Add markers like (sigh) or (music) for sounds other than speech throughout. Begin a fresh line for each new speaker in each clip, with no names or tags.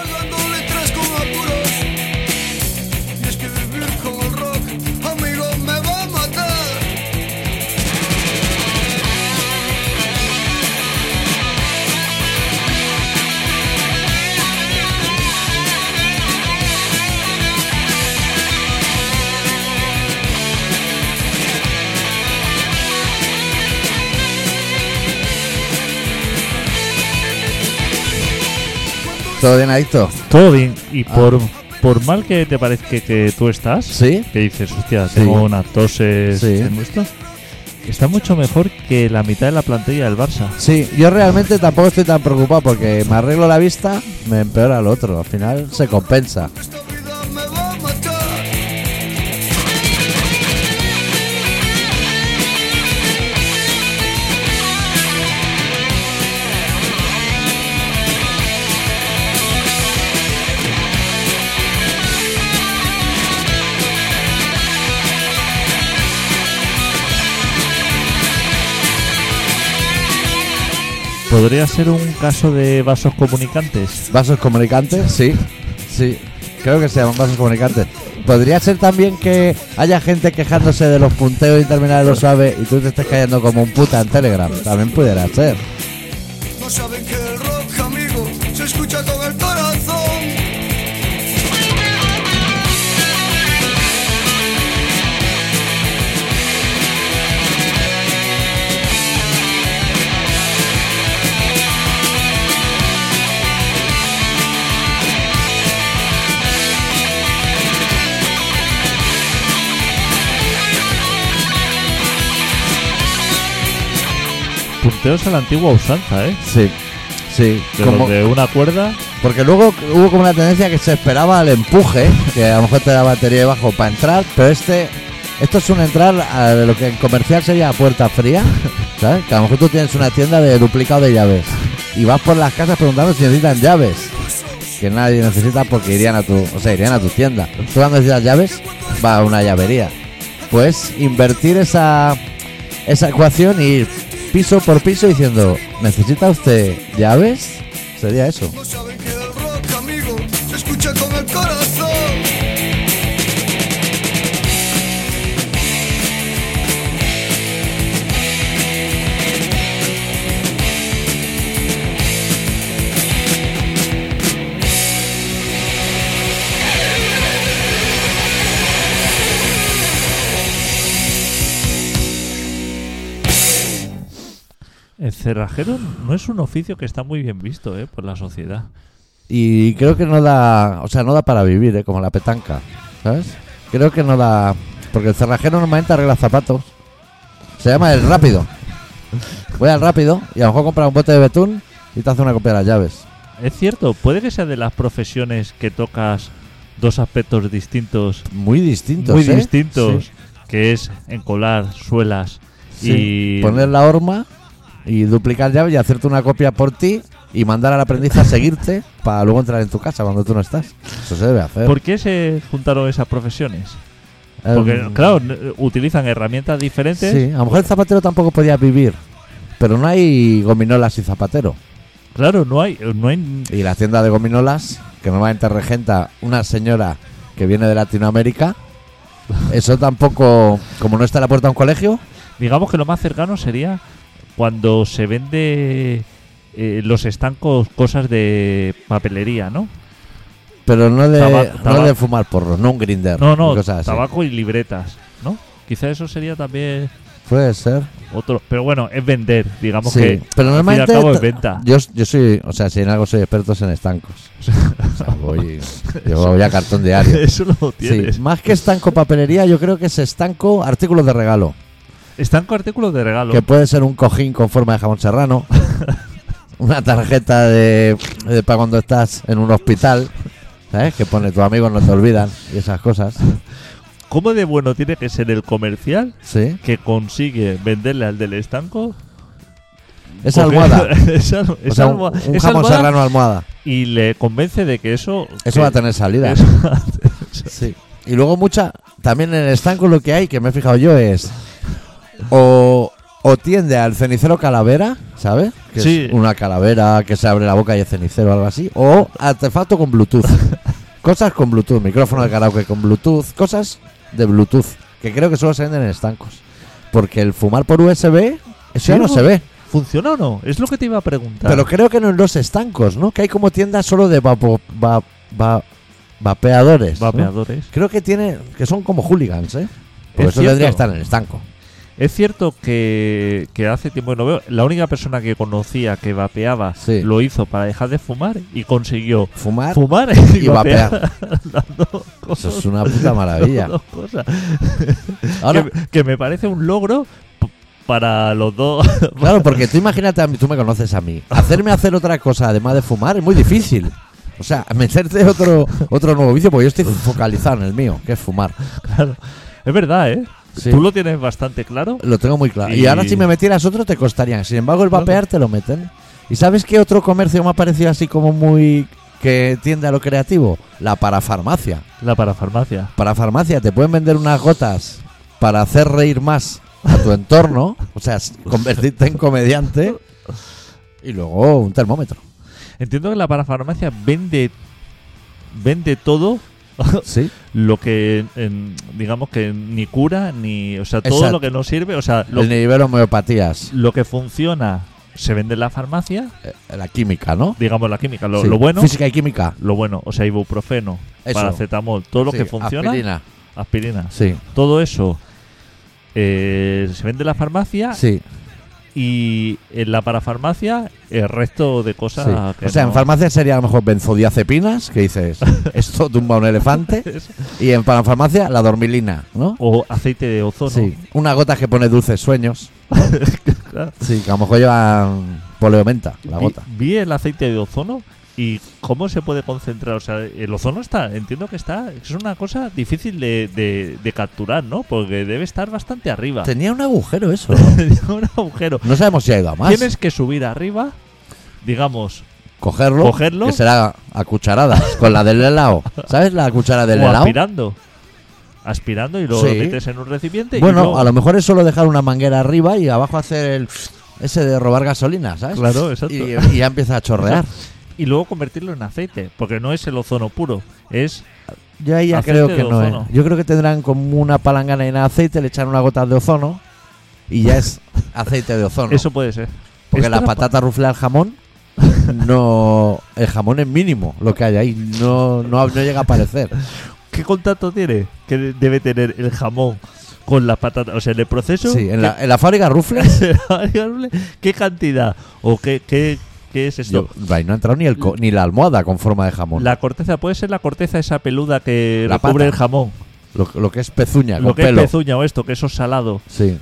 Pagando letras con apuros Y es que vivir con el rock Amigo me va a matar
¿Todo bien, Adicto?
Todo bien. Y
Ah.
por, por mal que te parezca que, que tú estás,
¿Sí?
que dices, hostia,
Sí.
tengo unas toses.
Sí.
tengo esto", Está mucho mejor que la mitad de la plantilla del Barça.
Sí, yo realmente tampoco estoy tan preocupado porque me arreglo la vista, me empeora el otro. Al final se compensa.
Esta vida me va a matar
Podría ser un caso de vasos comunicantes.
¿Vasos comunicantes? Sí, sí. Creo que se llaman vasos comunicantes. Podría ser también que haya gente quejándose de los punteos interminables de lo suave y tú te estés cayendo como un puta en Telegram. También pudiera ser.
No saben que el rock amigo Se escucha con el corazón
Punteos a la antigua usanza, ¿eh?
Sí, sí.
De
Como-
los de una cuerda.
porque luego hubo como una tendencia que se esperaba al empuje, que a lo mejor te da batería de bajo para entrar, pero este. Esto es un entrar a lo que en comercial sería a puerta fría, (laughs) ¿sabes? Que a lo mejor tú tienes una tienda de duplicado de llaves y vas por las casas preguntando si necesitan llaves. que nadie necesita porque irían a tu, o sea, irían a tu tienda. Tú cuando necesitas llaves, va a una llavería. Pues invertir esa, esa ecuación y ir piso por piso diciendo, ¿necesita usted llaves? Sería eso.
No saben que el rock amigo Se escucha con el corazón
El cerrajero no es un oficio que está muy bien visto, ¿eh? Por la sociedad.
Y creo que no da, o sea, no da para vivir, ¿eh? como la petanca, ¿sabes? Creo que no da, porque el cerrajero normalmente arregla zapatos. Se llama el rápido. Voy al rápido y a lo mejor compra un bote de betún y te hace una copia de las llaves.
Es cierto, puede que sea de las profesiones que tocas dos aspectos distintos
Muy distintos.
muy
¿eh?
distintos,
Sí.
que es encolar suelas
Sí.
y
Poner la horma y duplicar llave y hacerte una copia por ti y mandar al aprendiz a seguirte para luego entrar en tu casa cuando tú no estás. Eso se debe hacer.
¿Por qué se juntaron esas profesiones?
eh, Em,
Porque, claro, n- eh, utilizan herramientas diferentes.
Sí, a lo mejor el zapatero tampoco podía vivir. Pero no hay gominolas y zapatero.
Claro, no hay, eh, no hay
Y la tienda de gominolas, que normalmente regenta una señora que viene de Latinoamérica, eso tampoco, como no está a la puerta de un colegio,
digamos que lo más cercano sería cuando se vende eh, los estancos cosas de papelería, ¿no?
pero no de,
Taba-
no
taba-
de fumar porros, no un grinder.
No, no,
cosas así.
tabaco y libretas, ¿no? Quizá eso sería también
Puede ser.
otro, pero bueno, es vender, digamos
Sí,
que
pero
al fin y al
normalmente
cabo es
ta-
venta.
Yo, yo soy, o sea, si en algo soy experto es en
(laughs)
estancos. O sea, voy, yo voy a cartón diario.
Eso lo
Sí,
(laughs) tienes.
más que estanco papelería, yo creo que es estanco artículos de regalo.
Estanco artículos de regalo.
Que puede ser un cojín con forma de jamón serrano, una tarjeta de, de para cuando estás en un hospital, ¿sabes? Que pone tus amigos no te olvidan y esas cosas.
¿Cómo de bueno tiene que ser el comercial
Sí,
que consigue venderle al del estanco?
esa
Porque- (laughs)
almohada.
esa,
O
esa
sea, un,
almoha-
un
esa
jamón
almohada
serrano almohada.
Y le convence de que eso.
Eso
que-
va a tener salida.
que eso va a tener-
Sí. Y luego mucha, también en el estanco lo que hay, que me he fijado yo, es o, o tiende al cenicero calavera, ¿sabes? Que
Sí.
es una calavera que se abre la boca y es cenicero o algo así, o artefacto con Bluetooth. cosas con Bluetooth, micrófono de karaoke con Bluetooth, cosas de Bluetooth, que creo que solo se venden en estancos. Porque el fumar por USB, eso ya no
Sí,
se ve.
(laughs) ¿Funciona o no? Es lo que te iba a preguntar.
Pero creo que no en los estancos, ¿no? Que hay como tiendas solo de vapo- va- va- vapeadores. ¿no?
Vapeadores.
Creo que tiene que son como hooligans, ¿eh? Por
Es
eso tendría que
cierto.
estar en el estanco.
Es cierto que, que hace tiempo que no veo. La única persona que conocía que vapeaba
Sí.
lo hizo para dejar de fumar y consiguió
Fumar
fumar
y vapear.
(laughs) Dando
Eso
cosas.
es una puta maravilla.
(laughs) Dos cosas.
Ahora,
Que, que me parece un logro p- para los dos.
claro, porque tú imagínate, a mí, tú me conoces a mí. Hacerme hacer otra cosa además de fumar es muy difícil. O sea, meterte otro, otro nuevo vicio, porque yo estoy focalizado en el mío, que es fumar.
Claro. Es verdad, ¿eh?
Sí.
Tú lo tienes bastante claro.
Lo tengo muy claro. Y,
Y-
ahora si me metieras otro te costarían. Sin embargo, el
Claro.
vapear te lo meten. ¿Y sabes qué otro comercio me ha parecido así como muy... que tiende a lo creativo? La parafarmacia.
La parafarmacia.
para farmacia te pueden vender unas gotas para hacer reír más a tu entorno, o sea, s- convertirte en comediante y luego un termómetro.
Entiendo que la parafarmacia vende vende todo
Sí.
lo que en- digamos que ni cura ni o sea todo
Exacto.
lo que no sirve o sea lo,
El nivel de homeopatías,
lo que funciona se vende en la farmacia
eh, la química, ¿no?
digamos la química lo,
Sí.
lo bueno
Física y química.
lo bueno o sea ibuprofeno
Eso.
paracetamol todo lo
Sí,
que funciona
aspirina.
aspirina,
Sí,
todo eso eh, se vende en la farmacia
sí.
y en la parafarmacia el resto de
sí.
cosas que
O sea, en
no-
farmacia sería a lo mejor benzodiazepinas, que
(laughs)
dices, esto tumba un elefante. Y en parafarmacia, la dormilina, ¿no?
o aceite de ozono
Sí. Una gota que pone dulces sueños.
(laughs) Claro.
Sí, que a lo mejor llevan poliomenta, la
Vi-
gota.
Vi, el aceite de ozono y cómo se puede concentrar. O sea, el ozono está, entiendo que está, es una cosa difícil de, de- de capturar, ¿no? Porque debe estar bastante arriba. (laughs)
Tenía un agujero eso.
Tenía un agujero.
No sabemos si ha ido a más.
Tienes que subir arriba, digamos,
Cogerlo,
cogerlo.
que será a
(laughs)
cucharadas, con la del helado. ¿Sabes la cuchara del
o
helado?
aspirando. Aspirando y luego
Sí.
lo metes en un recipiente. y
Bueno,
luego-
a lo mejor es solo dejar una manguera arriba y abajo hacer el... Ese de robar gasolina, ¿sabes?
Claro, exacto.
Y, y ya empieza a
(laughs)
chorrear.
y luego convertirlo en aceite, porque no es el ozono puro, es
Yo ahí ya
Aceite
creo
de
que no
ozono.
es. Yo creo que tendrán como una palangana en aceite, le echan una gota de ozono y ya
(laughs)
es aceite de ozono.
eso puede ser.
Porque
Esto
la
era pa-
patata rufla al jamón, no. El jamón es mínimo lo que hay ahí, no, no, no llega a aparecer.
¿Qué contacto tiene? Que de- debe tener el jamón con la patata, o sea, en el proceso
Sí,
¿qué-
en la, en la fábrica rufla.
(laughs) ¿Qué cantidad? ¿O qué, qué, qué es esto?
Yo, ahí no ha entrado ni, el co- ni la almohada con forma de jamón.
la corteza puede ser la corteza esa peluda que
La
recubre
pata.
el jamón.
lo, lo que es pezuña,
Lo
con
que
pelo.
es pezuña o esto, que eso es salado.
sí.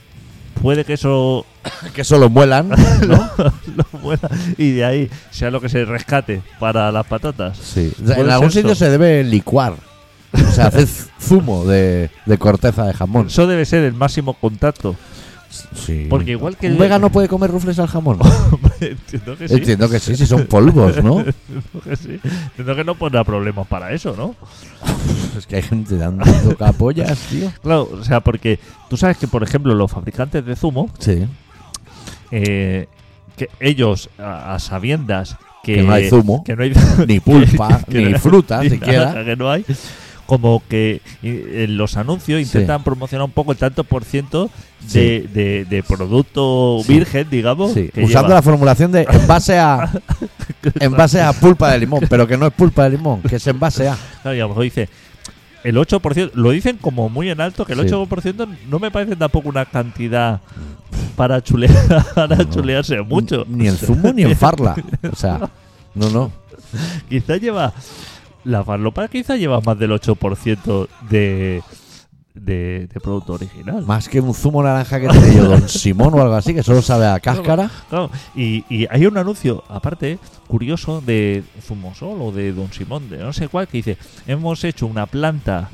Puede que eso
(laughs)
(laughs)
Que solo muelan. ¿no?
lo muera y de ahí sea lo que se rescate para las patatas.
(laughs) (laughs) sí. O sea,
Puede
En
ser
algún sitio
eso.
se debe licuar. O sea, (laughs) hacer zumo de, de corteza de jamón.
Eso debe ser el máximo contacto.
Sí.
Porque igual que.
¿Un vegano puede comer rufles al jamón?
(laughs) Entiendo que sí.
Entiendo que sí, si son polvos,
(laughs)
¿no?
Entiendo que sí. Entiendo que no pondrá problemas para eso, ¿no?
Es que hay gente dando capollas, tío.
Claro, o sea, porque tú sabes que, por ejemplo, los fabricantes de zumo
Sí.
eh, que ellos a, a sabiendas que,
Que no hay zumo.
que no hay- (laughs)
Ni pulpa,
que
ni
no-
fruta,
(laughs) ni
siquiera.
nada, que no hay, como que eh, en los anuncios
Sí.
intentan promocionar un poco el tanto por ciento de, de- de producto
Sí.
virgen, digamos,
Sí,
que
usando
lleva.
la formulación de en base
(laughs)
a en base a pulpa de limón, pero que no es pulpa de limón, que es en base a.
Claro, y a lo mejor dice el 8%, lo dicen como muy en alto, que el
Sí.
8% no me parece tampoco una cantidad para, chulear, (laughs) para chulearse (laughs) mucho.
Ni en zumo ni en farla. O
(laughs)
sea, no, no.
Quizá lleva. La farlopa quizá lleva más del 8% de, de, de producto original.
Más que un zumo naranja que te yo, Don Simón o algo así, que solo sabe a cáscara.
Claro, y, y hay un anuncio, aparte, curioso de Zumosol o de Don Simón, de no sé cuál, que dice: Hemos hecho una planta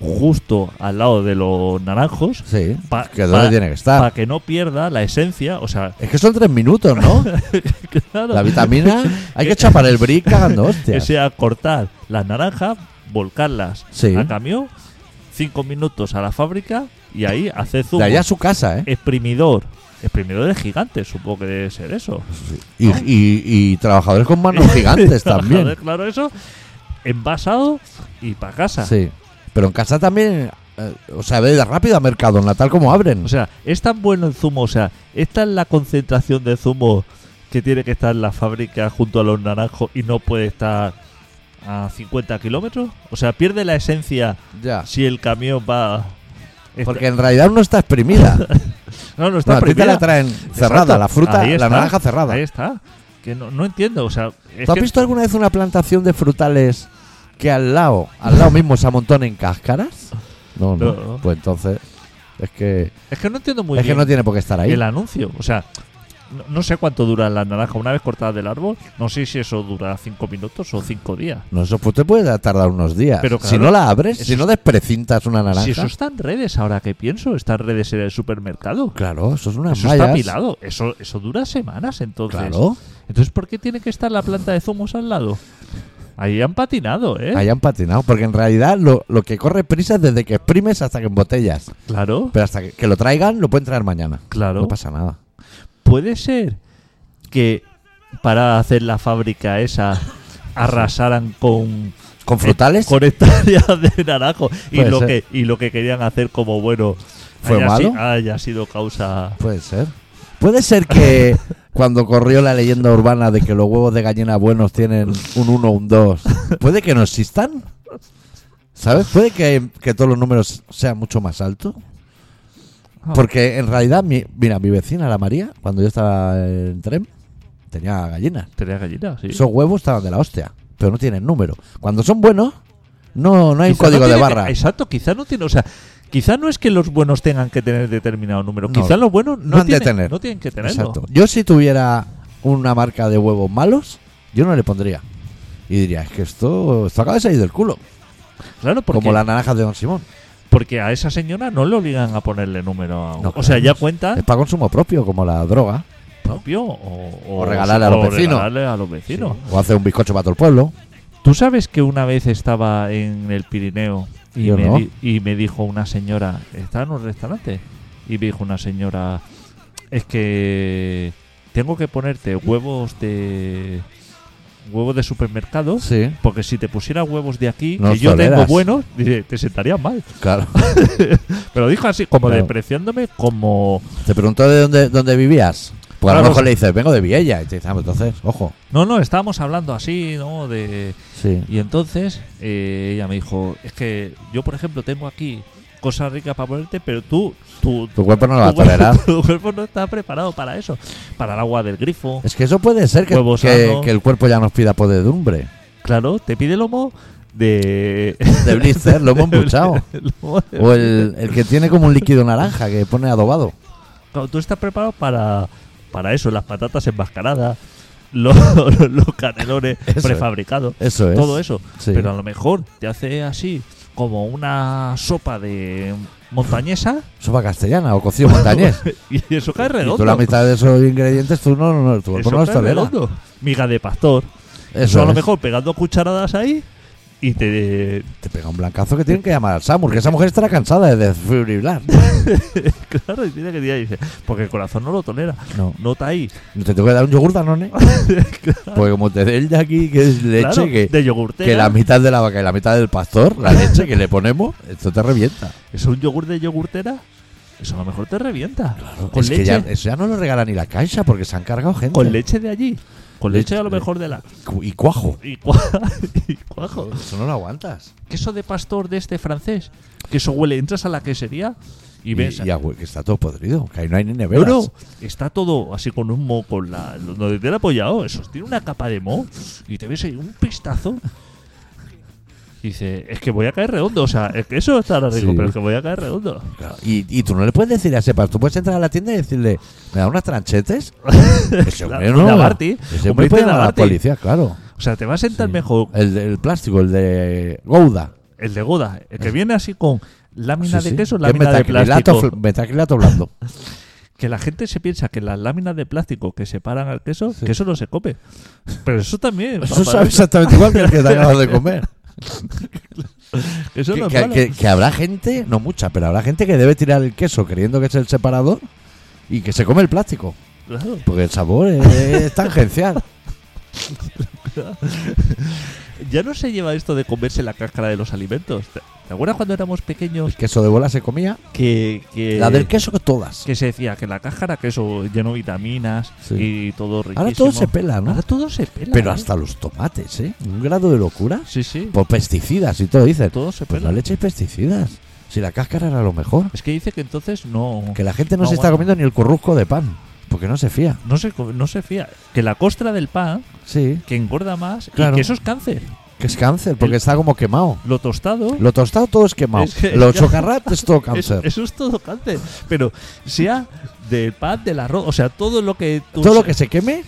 justo al lado de los naranjos
Sí,
Pa-
que dónde
pa-
tiene que estar.
para que no pierda la esencia. O sea, (laughs)
Es que son tres minutos, ¿no?
claro,
La vitamina, hay que chapar el brick cagando
que
hostias.
sea cortar las naranjas, volcarlas
Sí.
a camión, cinco minutos a la fábrica y ahí hacer zumo.
De allá a su casa, ¿eh?
Exprimidor. Exprimidor es gigante, supongo que debe ser eso.
Y,
Eh.
y- y trabajadores con
(laughs)
manos Ah, gigantes también.
Joder, claro, eso. Envasado y para casa.
Sí. Pero en casa también, eh, o sea, ve rápido a Mercadona, tal como abren.
O sea, es tan bueno el zumo, o sea, esta es la concentración de zumo que tiene que estar en la fábrica junto a los naranjos y no puede estar a 50 kilómetros. O sea, pierde la esencia
ya.
si el camión va... Está-
Porque en realidad no está exprimida.
(laughs) no, no
No,
está
a ti te
prohibida.
la traen cerrada,
Exacto.
la fruta,
Ahí
la
está.
naranja cerrada.
Ahí está. Que no, no entiendo, o sea... es
¿Tú has
que-
visto alguna vez una plantación de frutales que al lado, al lado mismo se amontonen cáscaras? No, no.
No.
Pues entonces, es que
Es que no entiendo muy
es
bien
que no tiene por qué estar ahí.
el anuncio, o sea... No, no sé cuánto dura la naranja una vez cortada del árbol. No sé si eso dura 5 minutos o 5 días.
No, eso usted puede tardar unos días.
Pero
si
claro,
no la abres,
eso
si no desprecintas una naranja.
Si eso está en redes, ahora que pienso, está en redes en el supermercado.
Claro, eso es unas
Eso
mallas.
está apilado. Eso, eso dura semanas, entonces.
Ah, Claro,
Entonces, ¿por qué tiene que estar la planta de zumos al lado? Ahí han patinado, ¿eh?
hayan patinado. Porque en realidad lo, lo que corre prisa es desde que exprimes hasta que embotellas.
Claro,
Pero hasta que, que lo traigan, lo pueden traer mañana.
claro.
No pasa nada.
Puede ser que para hacer la fábrica esa arrasaran con
¿Con Eh, frutales?
Eh, con (laughs) hectáreas de naranjo y
Puede
lo
ser.
que y lo que querían hacer como bueno
¿Fue
haya
malo?
si- haya sido causa
Puede ser. Puede ser
(laughs)
que cuando corrió la leyenda urbana de que los huevos de gallina buenos tienen un 1 un 2, puede que no existan. ¿Sabes? Puede que, que todos los números sean mucho más altos.
Ah.
Porque en realidad, mi- mira, mi vecina, la María, cuando yo estaba en tren, tenía gallinas.
tenía gallinas, sí.
Esos huevos estaban de la hostia, pero no tienen número. Cuando son buenos, no, no hay un
Quizá no
código de
tiene que-
barra.
exacto, quizá no tiene, o sea, quizá no es que los buenos tengan que tener determinado número,
No,
quizá los buenos no,
no han de
tienen,
tener.
no tienen que tenerlo.
Exacto. Yo si tuviera una marca de huevos malos, yo no le pondría. Y diría, es que esto, esto acaba de salir del culo.
Claro, porque,
Como las naranjas de Don Simón.
porque a esa señora no le obligan a ponerle número. a-
No,
o sea,
claro.
ya cuenta
Es para consumo propio, como la droga.
propio o,
O regalarle a los vecinos.
regalarle a los vecinos.
O hacer un bizcocho para todo el pueblo.
Tú sabes que una vez estaba en el Pirineo y,
Yo
me,
no.
di- y me dijo una señora, estaba en un restaurante, y me dijo una señora, es que tengo que ponerte huevos de huevos de supermercado
Sí.
Porque si te pusiera huevos de aquí,
No
que yo
toleras.
tengo buenos, dice, te sentarías mal.
Claro. (laughs)
Pero dijo así, como
Claro.
depreciándome, como.
Te preguntó de dónde, dónde vivías. Pues a
Claro,
lo mejor
pues-
le dices, vengo de Viella. Y te dice, ah, pues entonces, ojo.
No, no, estábamos hablando así, ¿no? De...
Sí.
Y entonces eh, ella me dijo, es que yo, por ejemplo, tengo aquí cosas ricas para ponerte, pero tú. tú
Tu cuerpo no lo va a
tu cuerpo-
tolerar.
(laughs) tu cuerpo no está preparado para eso. Para el agua del grifo.
Es que eso puede ser que,
Huevo
que-
sano.
que el cuerpo ya nos pida
(laughs)
podedumbre.
Claro, te pide lomo
(laughs)
de.
De blister, lo
(laughs)
hemos embuchado.
lomo de-
O el, el que tiene como un líquido naranja que pone adobado.
Claro, tú estás preparado para, para eso, las patatas enmascaradas, (laughs) los, los canelones
Eso es.
prefabricados,
Eso es.
todo eso.
Sí.
Pero a lo mejor te hace así como una sopa de montañesa
Sopa castellana o cocido montañés.
(laughs) y eso cae
Y
redondo.
tú la mitad de esos ingredientes tú no, no, no, tu cuerpo
eso
no los
cae
tolera.
redondo. Miga de pastor. Eso,
Eso
a lo
es.
mejor pegando cucharadas ahí y te...
Te pega un blancazo que tienen que llamar al Samur, que esa mujer estará cansada de desfibrilar.
claro, y tiene que tirar y dice, porque el corazón no lo tolera.
No.
Nota ahí.
No te tengo que dar un yogur
(laughs)
danone. Porque Pues como te dé el de aquí, que es leche,
Claro,
que,
de
que
yogurtera.
la mitad de la vaca y la mitad del pastor, la leche que le ponemos, esto te revienta.
Es un yogur de yogurtera. Eso a lo mejor te revienta. Con
es
leche.
que ya, eso ya no lo regala ni la caixa porque se han cargado gente.
Con leche de allí. Con leche,
Leche-
a lo mejor de la.
Cu- Y cuajo.
Y, cua- (laughs) y cuajo.
Eso no lo aguantas.
Queso de pastor de este francés. Que eso huele. Entras a la quesería y
Y,
ves.
y agua- que está todo podrido, que ahí no hay ni
No,
neveras.
no, está todo así con un mo con la. donde te han apoyado. Eso tiene una capa de mo. Y te ves ahí un pistazo. Y dice, es que voy a caer redondo. O sea, es que eso está rico,
Sí.
pero es que voy a caer redondo.
Claro, Y, y tú no le puedes decir a Sepas, tú puedes entrar a la tienda y decirle, ¿me da unas
(laughs)
tranchetes? Ese hombre
La-
no.
la Barty.
Ese
Un
hombre puede
Barty la
llamar a la
Barty.
policía, claro.
O sea, te va a sentar mejor
El, de- el plástico, el de Gouda.
el de Goda, el que viene así con lámina
Sí,
de
sí.
queso,
Que es
lámina de
metacrilato
plástico.
fl- metacrilato
(laughs)
blando.
que la gente se piensa que las láminas de plástico que separan al queso,
Sí.
que eso no se come. Pero eso también.
Eso
papá, (laughs)
sabe exactamente igual que el que te acabas de comer.
Eso no
que,
es
que-
malo.
que- que habrá gente, no mucha, pero habrá gente que debe tirar el queso creyendo que es el separador y que se come el plástico.
Claro.
Porque el sabor es, es tangencial.
Ya no se lleva esto de comerse la cáscara de los alimentos. ¿Te, te acuerdas cuando éramos pequeños
El queso de bola se comía.
que, que-
La del queso que todas.
que se decía que la cáscara, que eso lleno de vitaminas
Sí.
y todo riquísimo?
Ahora todo se pela, ¿no?
Ahora todo se pela.
Pero
¿eh?
hasta los tomates, ¿eh? Un grado de locura.
Sí, sí.
Por pesticidas y todo, dice.
Todo se
Pues
pela.
la leche y pesticidas. Si la cáscara era lo mejor.
Es que dice que entonces no.
Que la gente no,
No
se está
aguanta.
comiendo ni el currusco de pan. Porque no se fía.
No se, co- no se fía. Que la costra del pan,
Sí.
que engorda más,
Claro.
y que eso es cáncer.
Que es cáncer, porque
El-
está como quemado.
Lo tostado,
Lo tostado todo es quemado.
Es que-
Lo
ya.
chocarrat es todo
(laughs) es-
cáncer.
eso es todo cáncer. Pero sea del pan, del arroz, o sea, todo lo que tú
todo lo
se-
que se queme.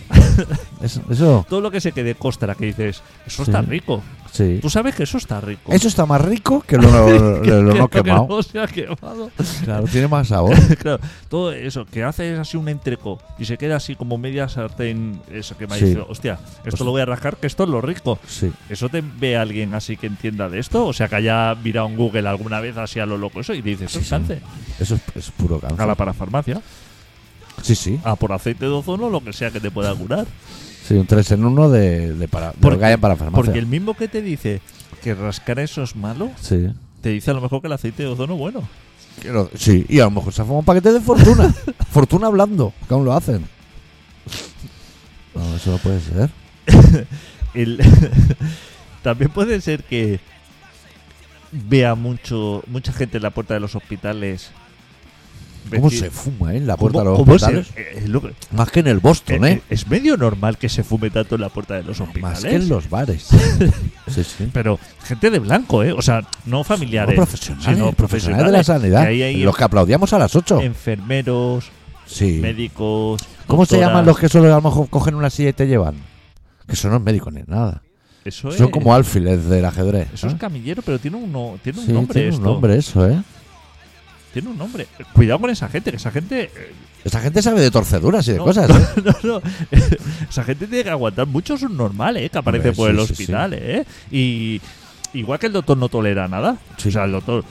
es- eso,
todo lo que se quede costra, que dices, eso
Sí.
está rico.
sí.
Tú sabes que eso está rico.
Eso está más rico que lo, lo- lo- lo
(laughs) Que
no
(laughs) que
quemado.
no se ha quemado. (laughs)
Claro, tiene más sabor.
Claro, todo eso que haces así un entreco y se queda así como media sartén, eso que me ha
Sí. Pues
dicho, hostia, esto lo voy a rascar, que esto es lo rico.
Sí.
¿Eso te ve alguien así que entienda de esto? O sea, que haya mirado en Google alguna vez así a lo loco eso y dices,
Sí,
eso es
sí.
cáncer.
Eso es, es puro
A la
cáncer.
parafarmacia,
Sí, sí.
a por aceite de ozono, lo que sea que te pueda curar.
Sí, un 3 en 1 de, de para, de lo que hayan para farmacia.
porque el mismo que te dice que rascar eso es malo,
Sí.
te dice a lo mejor que el aceite de ozono es bueno.
Que lo- sí, y a lo mejor se ha formado un paquete de
(laughs)
fortuna. fortuna hablando, que aún lo hacen. No, eso no puede ser.
(laughs) El- También puede ser que vea mucho mucha gente en la puerta de los hospitales.
¿Cómo
vesti-
se fuma eh, en la
¿Cómo-
puerta de los
cómo se-
hospitales?
eh, eh, lo que-
Más que en el Boston,
eh,
¿eh?
eh, es medio normal que se fume tanto en la puerta de los
Más
hospitales.
que en los
(laughs)
bares. sí, sí.
Pero gente de blanco, ¿eh? O sea, no
No
familiares.
profesionales,
sino
profesionales de la sanidad.
Que ahí hay
los que aplaudíamos a las 8.
enfermeros,
Sí.
médicos.
¿Cómo se
doctoras.
llaman los que solo a lo mejor cogen una silla y te llevan? Que eso no es médico ni nada.
Eso
Son
es-
como alfiles del ajedrez.
Pues, eh, Eso es
¿eh?
camillero, pero tiene un, no- tiene un
Sí,
nombre
tiene
esto.
un nombre eso, ¿eh?
Tiene un nombre. Cuidado con esa gente, que esa gente. eh,
Esa gente sabe de torceduras y de
no,
cosas,
(laughs)
¿eh?
No, no. esa gente tiene que aguantar mucho subnormal, ¿eh? Que aparece
Hombre,
por
sí,
el
sí,
hospital, ¿eh? Y. Igual que el doctor no tolera nada.
Sí.
O sea, el doctor.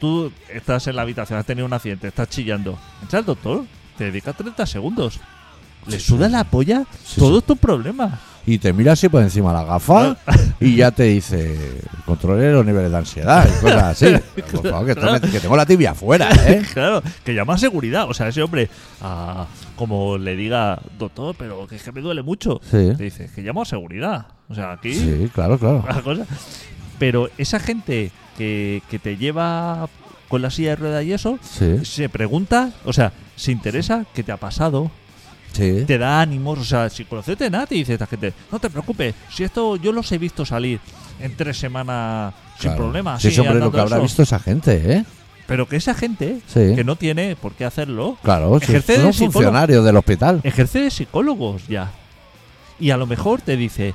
Tú estás en la habitación, has tenido un accidente, estás chillando. Entra el doctor, te dedica 30 segundos. Le
Sí,
suda
sí.
la polla
Sí,
todos tus problemas. (laughs)
Y te mira así por encima de la gafa y ya te dice, controle los niveles de ansiedad y cosas así. Por favor, que, esto me- que tengo la tibia afuera, ¿eh?
Claro, que llama a seguridad. O sea, ese hombre, ah, como le diga, doctor, pero que es que me duele mucho.
Sí.
Te dice, que llamo a seguridad. O sea, aquí.
Sí, claro, claro.
la cosa. Pero esa gente que, que te lleva con la silla de ruedas y eso,
Sí,
se pregunta, o sea, se interesa qué te ha pasado,
sí.
te da ánimos, o sea, si conocete nada, te dice esta gente, no te preocupes, si esto yo los he visto salir en tres semanas sin
claro.
problemas.
Sí,
sí,
ese hombre lo
andando
que habrá
eso".
visto esa gente, ¿eh?
Pero que esa gente,
Sí.
que no tiene por qué hacerlo,
Claro, sí,
Ejerce de
son
psicólogo.
funcionarios del hospital.
ejerce de psicólogos ya. Y a lo mejor te dice,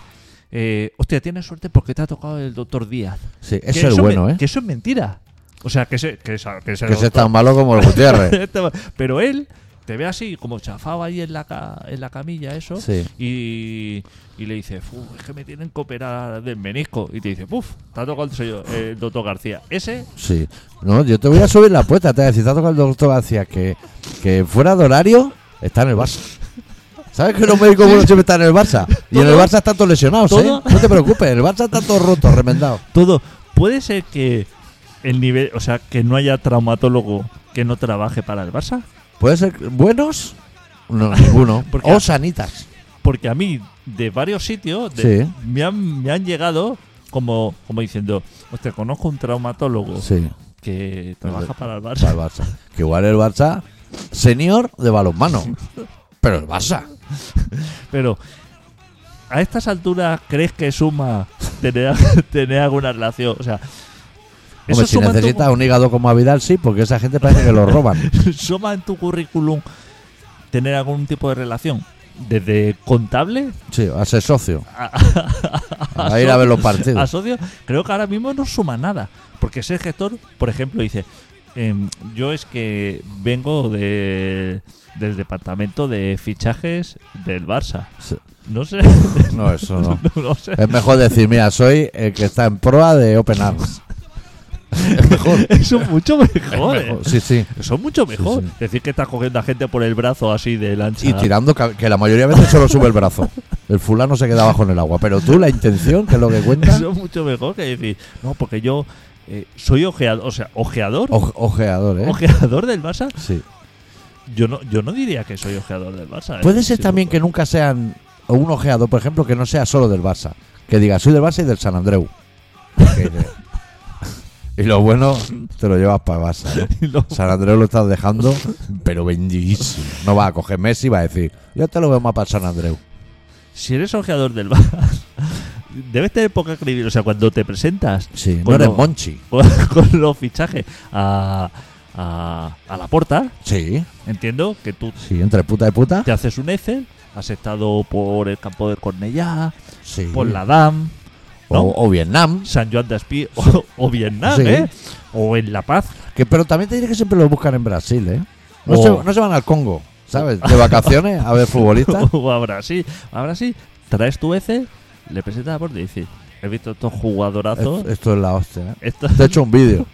eh, hostia, tienes suerte porque te ha tocado el doctor Díaz.
Sí,
Que
eso es
me-
bueno, ¿eh?
Que eso es mentira. O sea, que se, que esa- que ese
Que ese es
(laughs) doctor-
tan malo como el
(laughs)
Gutiérrez.
Estaba- Pero él te ve así, como chafado ahí en la, ca- en la camilla, eso.
Sí.
Y, y le dice, "Fu, es que me tienen que operar del menisco. Y te dice, puf, te ha tocado el, sello, eh, el doctor García. Ese,
Sí. No, yo te voy a subir la apuesta. Te voy a decir, te ha tocado el doctor García que, que fuera de horario está en el Barça. ¿Sabes que los médicos buenos siempre están en el Barça? Y en el
Todo-
Barça están todos lesionados,
todo-
¿eh? No te preocupes, el Barça está todo roto, remendado.
todo. Puede ser que el nivel, o sea, que no haya traumatólogo que no trabaje para el Barça.
¿Puede ser buenos? No, ninguno.
(laughs) Porque-
O sanitas.
Porque a mí, de varios sitios, de-
Sí.
me, han, me han llegado como, como diciendo, hostia, conozco un traumatólogo
Sí,
que trabaja para el Barça. (laughs)
para el Barça. Que igual el Barça, senior de balonmano. Pero el Barça.
Pero, ¿a estas alturas crees que suma tener, (laughs) tener alguna relación? O sea,
Hombre, si
suma en tu-
necesitas un hígado como a Vidal, sí, porque esa gente parece que lo roban.
(laughs) ¿suma en tu currículum tener algún tipo de relación? Desde contable
Sí, a ser
(laughs)
socio.
a,
A ir a ver los
a
partidos.
socio, creo que ahora mismo no suma nada. Porque ese gestor, por ejemplo, dice, em, yo es que vengo de del departamento de fichajes del Barça.
Sí.
No sé.
No, eso no.
(laughs)
Eh,
no sé.
Es mejor decir, mira, soy el que está en proa de Open Arms. Es mejor. (laughs)
Eso es mucho mejor. eh.
Mejor, Sí, sí.
Eso es mucho mejor.
Sí, sí.
Decir que estás cogiendo a gente por el brazo así de lancha.
Y
(laughs)
tirando, ca- que la mayoría de veces solo sube el brazo. El fulano se queda abajo en el agua. Pero tú, la intención, que es lo que cuenta,
Eso es mucho mejor que decir, no, porque yo eh, soy ojeador, o sea, ojeador,
oje- ojeador, ¿eh?
ojeador del Barça.
Sí.
Yo no, yo no diría que soy ojeador del Barça. ¿eh?
Puede ser
Sí,
también que
(laughs)
nunca sean, o un ojeador, por ejemplo, que no sea solo del Barça. Que diga, soy del Barça y del San Andreu. Que dice- y lo bueno, te lo llevas para Barça. ¿eh? ¿no?
Y luego-
San Andreu lo estás dejando, pero bendísimo. No va a coger Messi y va a decir, yo te lo veo más para San Andreu.
si eres ojeador del Barça, (laughs) debes tener poca credibilidad. O sea, cuando te presentas
Sí, Pues no
Bueno.
eres Monchi.
con, (laughs) con los fichajes a, a, a la porta,
Sí,
entiendo que tú
sí, entre puta y puta.
te haces un Excel, has estado por el campo de Cornellá,
Sí.
por la DAM, ¿no?
o, o Vietnam.
San Juan de Espí o, o Vietnam,
Sí.
¿eh? O en La Paz.
(laughs) Que, pero también te diré que siempre lo buscan en Brasil, ¿eh? No,
O-
se, no se van al Congo, ¿sabes? De vacaciones a ver futbolistas.
o a Brasil. A Brasil, traes tu ECE, le presentas a Porta y dices, he visto estos jugadorazos.
Es- (laughs) esto es la hostia. ¿eh?
Esto,
Te he hecho un vídeo.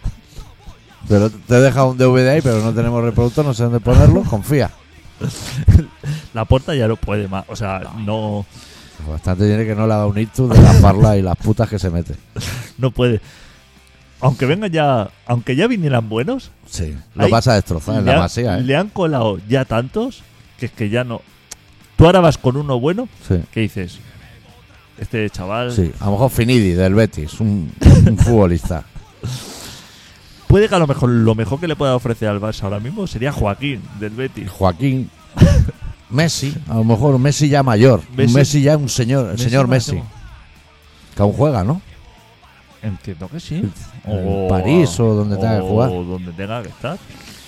Pero te he dejado un DVD ahí, pero no tenemos reproductor, no sé dónde ponerlo. Confía.
la puerta ya no puede más. O sea, no,
Bastante tiene que no le ha dado un ictus de las parlas y las putas que se mete.
no puede. Aunque vengan ya, aunque ya vinieran buenos,
Sí. Lo
Ahí-
vas a destrozar en
le,
la
han-
masía, ¿eh?
le han colado ya tantos que es que ya no. Tú ahora vas con uno bueno,
Sí.
¿qué dices? Este chaval
Sí, a lo mejor Finidi del Betis, un, un
(laughs)
futbolista.
puede que a lo mejor lo mejor que le pueda ofrecer al Barça ahora mismo sería Joaquín del Betis.
Joaquín, Messi, a lo mejor Messi ya mayor,
Messi-
Messi, ya un señor, el señor Messi, que aún juega, ¿no?
Entiendo que sí.
En París o donde tenga que jugar.
O donde tenga que estar.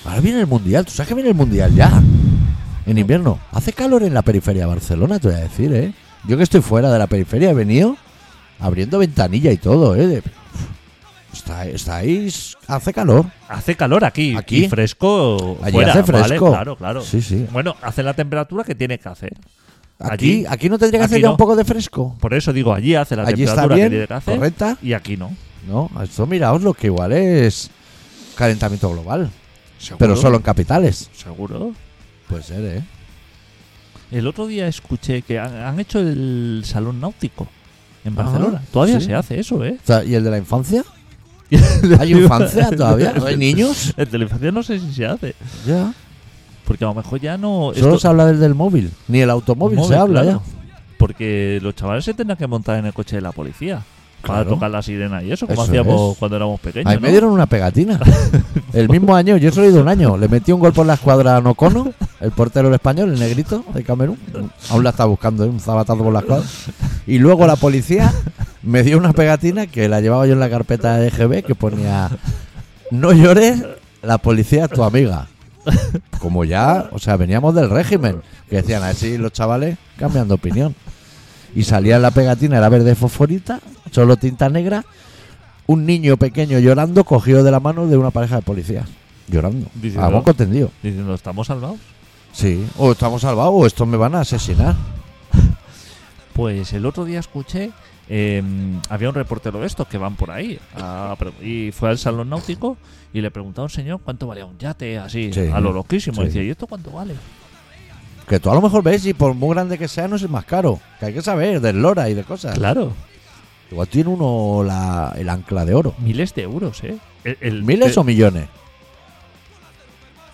Ahora viene el Mundial, ¿tú sabes que viene el Mundial ya? En invierno. Hace calor en la periferia de Barcelona, te voy a decir, ¿eh? Yo que estoy fuera de la periferia he venido abriendo ventanilla y todo, ¿eh? De- Está, estáis... Hace calor.
Hace calor aquí.
Aquí.
Y fresco.
Allí
fuera,
hace
¿vale?
fresco.
Claro, claro.
Sí, sí.
Bueno, hace la temperatura que tiene que hacer.
Aquí,
Allí-
aquí no tendría que hacer
aquí
ya
no.
un poco de fresco.
Por eso digo, allí hace la
Allí está
temperatura que
bien,
tiene que hacer.
correcta.
Y aquí no.
No, esto miraos lo que igual es calentamiento global,
Seguro.
pero solo en capitales.
Seguro.
Puede ser, ¿eh?
El otro día escuché que han, han hecho el salón náutico en
Ajá,
Barcelona. Todavía
Ah, sí.
se hace eso, ¿eh?
O sea, ¿Y el de la
(laughs)
infancia? ¿Hay infancia todavía? ¿No hay niños?
En televisión no sé si se hace.
Ya.
Porque a lo mejor ya no.
Solo
esto-
se habla del, del móvil. Ni el automóvil se
Móvil,
habla
claro. Porque los chavales se tendrán que montar en el coche de la policía para
Claro.
tocar la sirena y eso, como
Eso
hacíamos
es.
cuando éramos
ya.
pequeños.
Ahí
¿no?
me dieron una pegatina. El mismo año, yo solo he ido un año. Le metí un gol por la escuadra a Nocono, el portero del español, el negrito de Camerún. Aún la está buscando, ¿eh? un zabatazo por la escuadra. Y luego la policía me dio una pegatina que la llevaba yo en la carpeta de GB que ponía: No llores, la policía es tu amiga. Como ya, o sea, veníamos del régimen. Que decían así los chavales cambiando opinión. Y salía en la pegatina, era verde fosforita, solo tinta negra. Un niño pequeño llorando cogido de la mano de una pareja de policías. Llorando.
Diciendo.
A banco tendido.
Diciendo, estamos salvados.
Sí. O estamos salvados o estos me van a asesinar.
Pues el otro día escuché, eh, había un reportero de estos que van por ahí a pre- y fue al salón náutico y le preguntaba a un señor cuánto valía un yate, así,
Sí,
a lo loquísimo.
sí. Ah.
Y decía, ¿y esto cuánto vale?
Que tú a lo mejor ves y por muy grande que sea no es el más caro. Que hay que saber de lora y de cosas.
Claro,
Igual tiene uno la- el ancla de oro.
miles de euros, ¿eh? El- el-
¿Miles
eh,
o millones?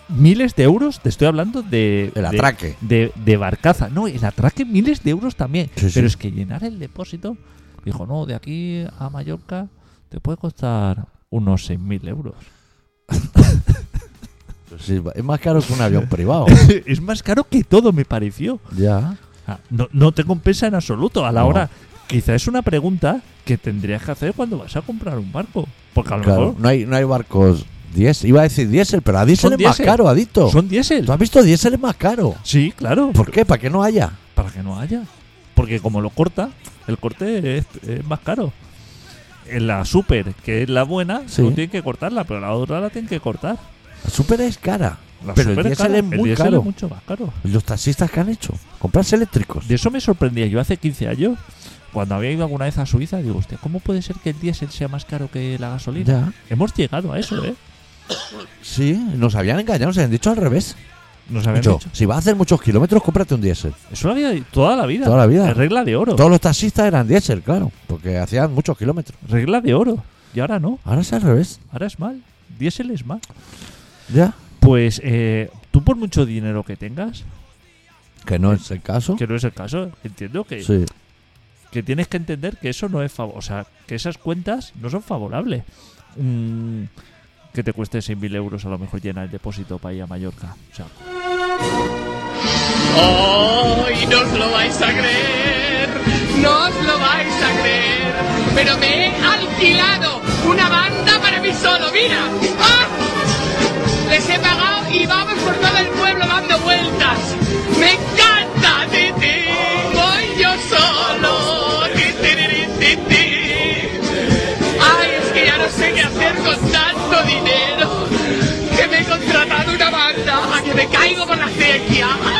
miles de euros, te estoy hablando de...
El
de-
atraque.
de, de barcaza. No, el atraque miles de euros también.
Sí, sí.
Pero es que llenar el depósito, dijo, no, de aquí a Mallorca te puede costar unos 6.000 euros. (laughs)
Sí, es más caro que un (laughs) avión privado.
es más caro que todo, me pareció.
ya.
Ah, No, no te compensa en absoluto a la
No.
hora. Quizá es una pregunta que tendrías que hacer cuando vas a comprar un barco. Porque a lo
Claro,
mejor
no hay, no hay barcos diésel. Iba a decir diésel, pero a diésel
Son
es más
diésel.
caro, adicto.
son diésel.
¿Tú has visto diésel es más caro?
Sí, claro.
¿Por qué? ¿Para que no haya?
Para que no haya. Porque como lo corta, el corte es, es más caro. En la super, que es la buena,
Sí.
no tienen que cortarla, pero la otra la tienen que cortar.
La super es cara.
Las
Pero el
supercaras,
diésel es muy
diésel
caro.
es mucho más caro.
Los taxistas que han hecho, comprarse eléctricos.
De eso me sorprendía yo hace 15 años. Cuando había ido alguna vez a Suiza, digo, hostia, ¿cómo puede ser que el diésel sea más caro que la gasolina?
Ya,
Hemos llegado a eso, ¿eh?
sí, nos habían engañado, se han dicho al revés.
Nos habían
Dicho,
dicho.
si vas a hacer muchos kilómetros, cómprate un diésel.
Eso lo había toda la vida.
Toda la vida.
Es regla de oro.
Todos los taxistas eran diésel, claro, porque hacían muchos kilómetros.
Regla de oro. Y ahora no.
Ahora es al revés,
Ahora es mal. Diésel es mal.
ya.
Pues eh, tú por mucho dinero que tengas,
Que no es el caso.
que no es el caso, entiendo que,
Sí,
que tienes que entender que eso no es favorable. O sea, que esas cuentas no son favorables. Mm, que te cueste 6.000 euros a lo mejor llenar el depósito para ir a Mallorca. O sea,
¡Hoy no os lo vais a creer! ¡No os lo vais a creer! ¡Pero me he alquilado una banda para mí solo! ¡Mira! ¡Ah! Les he pagado y vamos por todo el pueblo dando vueltas. ¡Me encanta! ti, ti! ¡Voy yo solo! ti, ti, ti, ti, ti, ti. ¡Ay, es que ya no sé qué hacer con tanto dinero! ¡Que me he contratado una banda! ¡A que me caigo con la acequia! ¡Ah!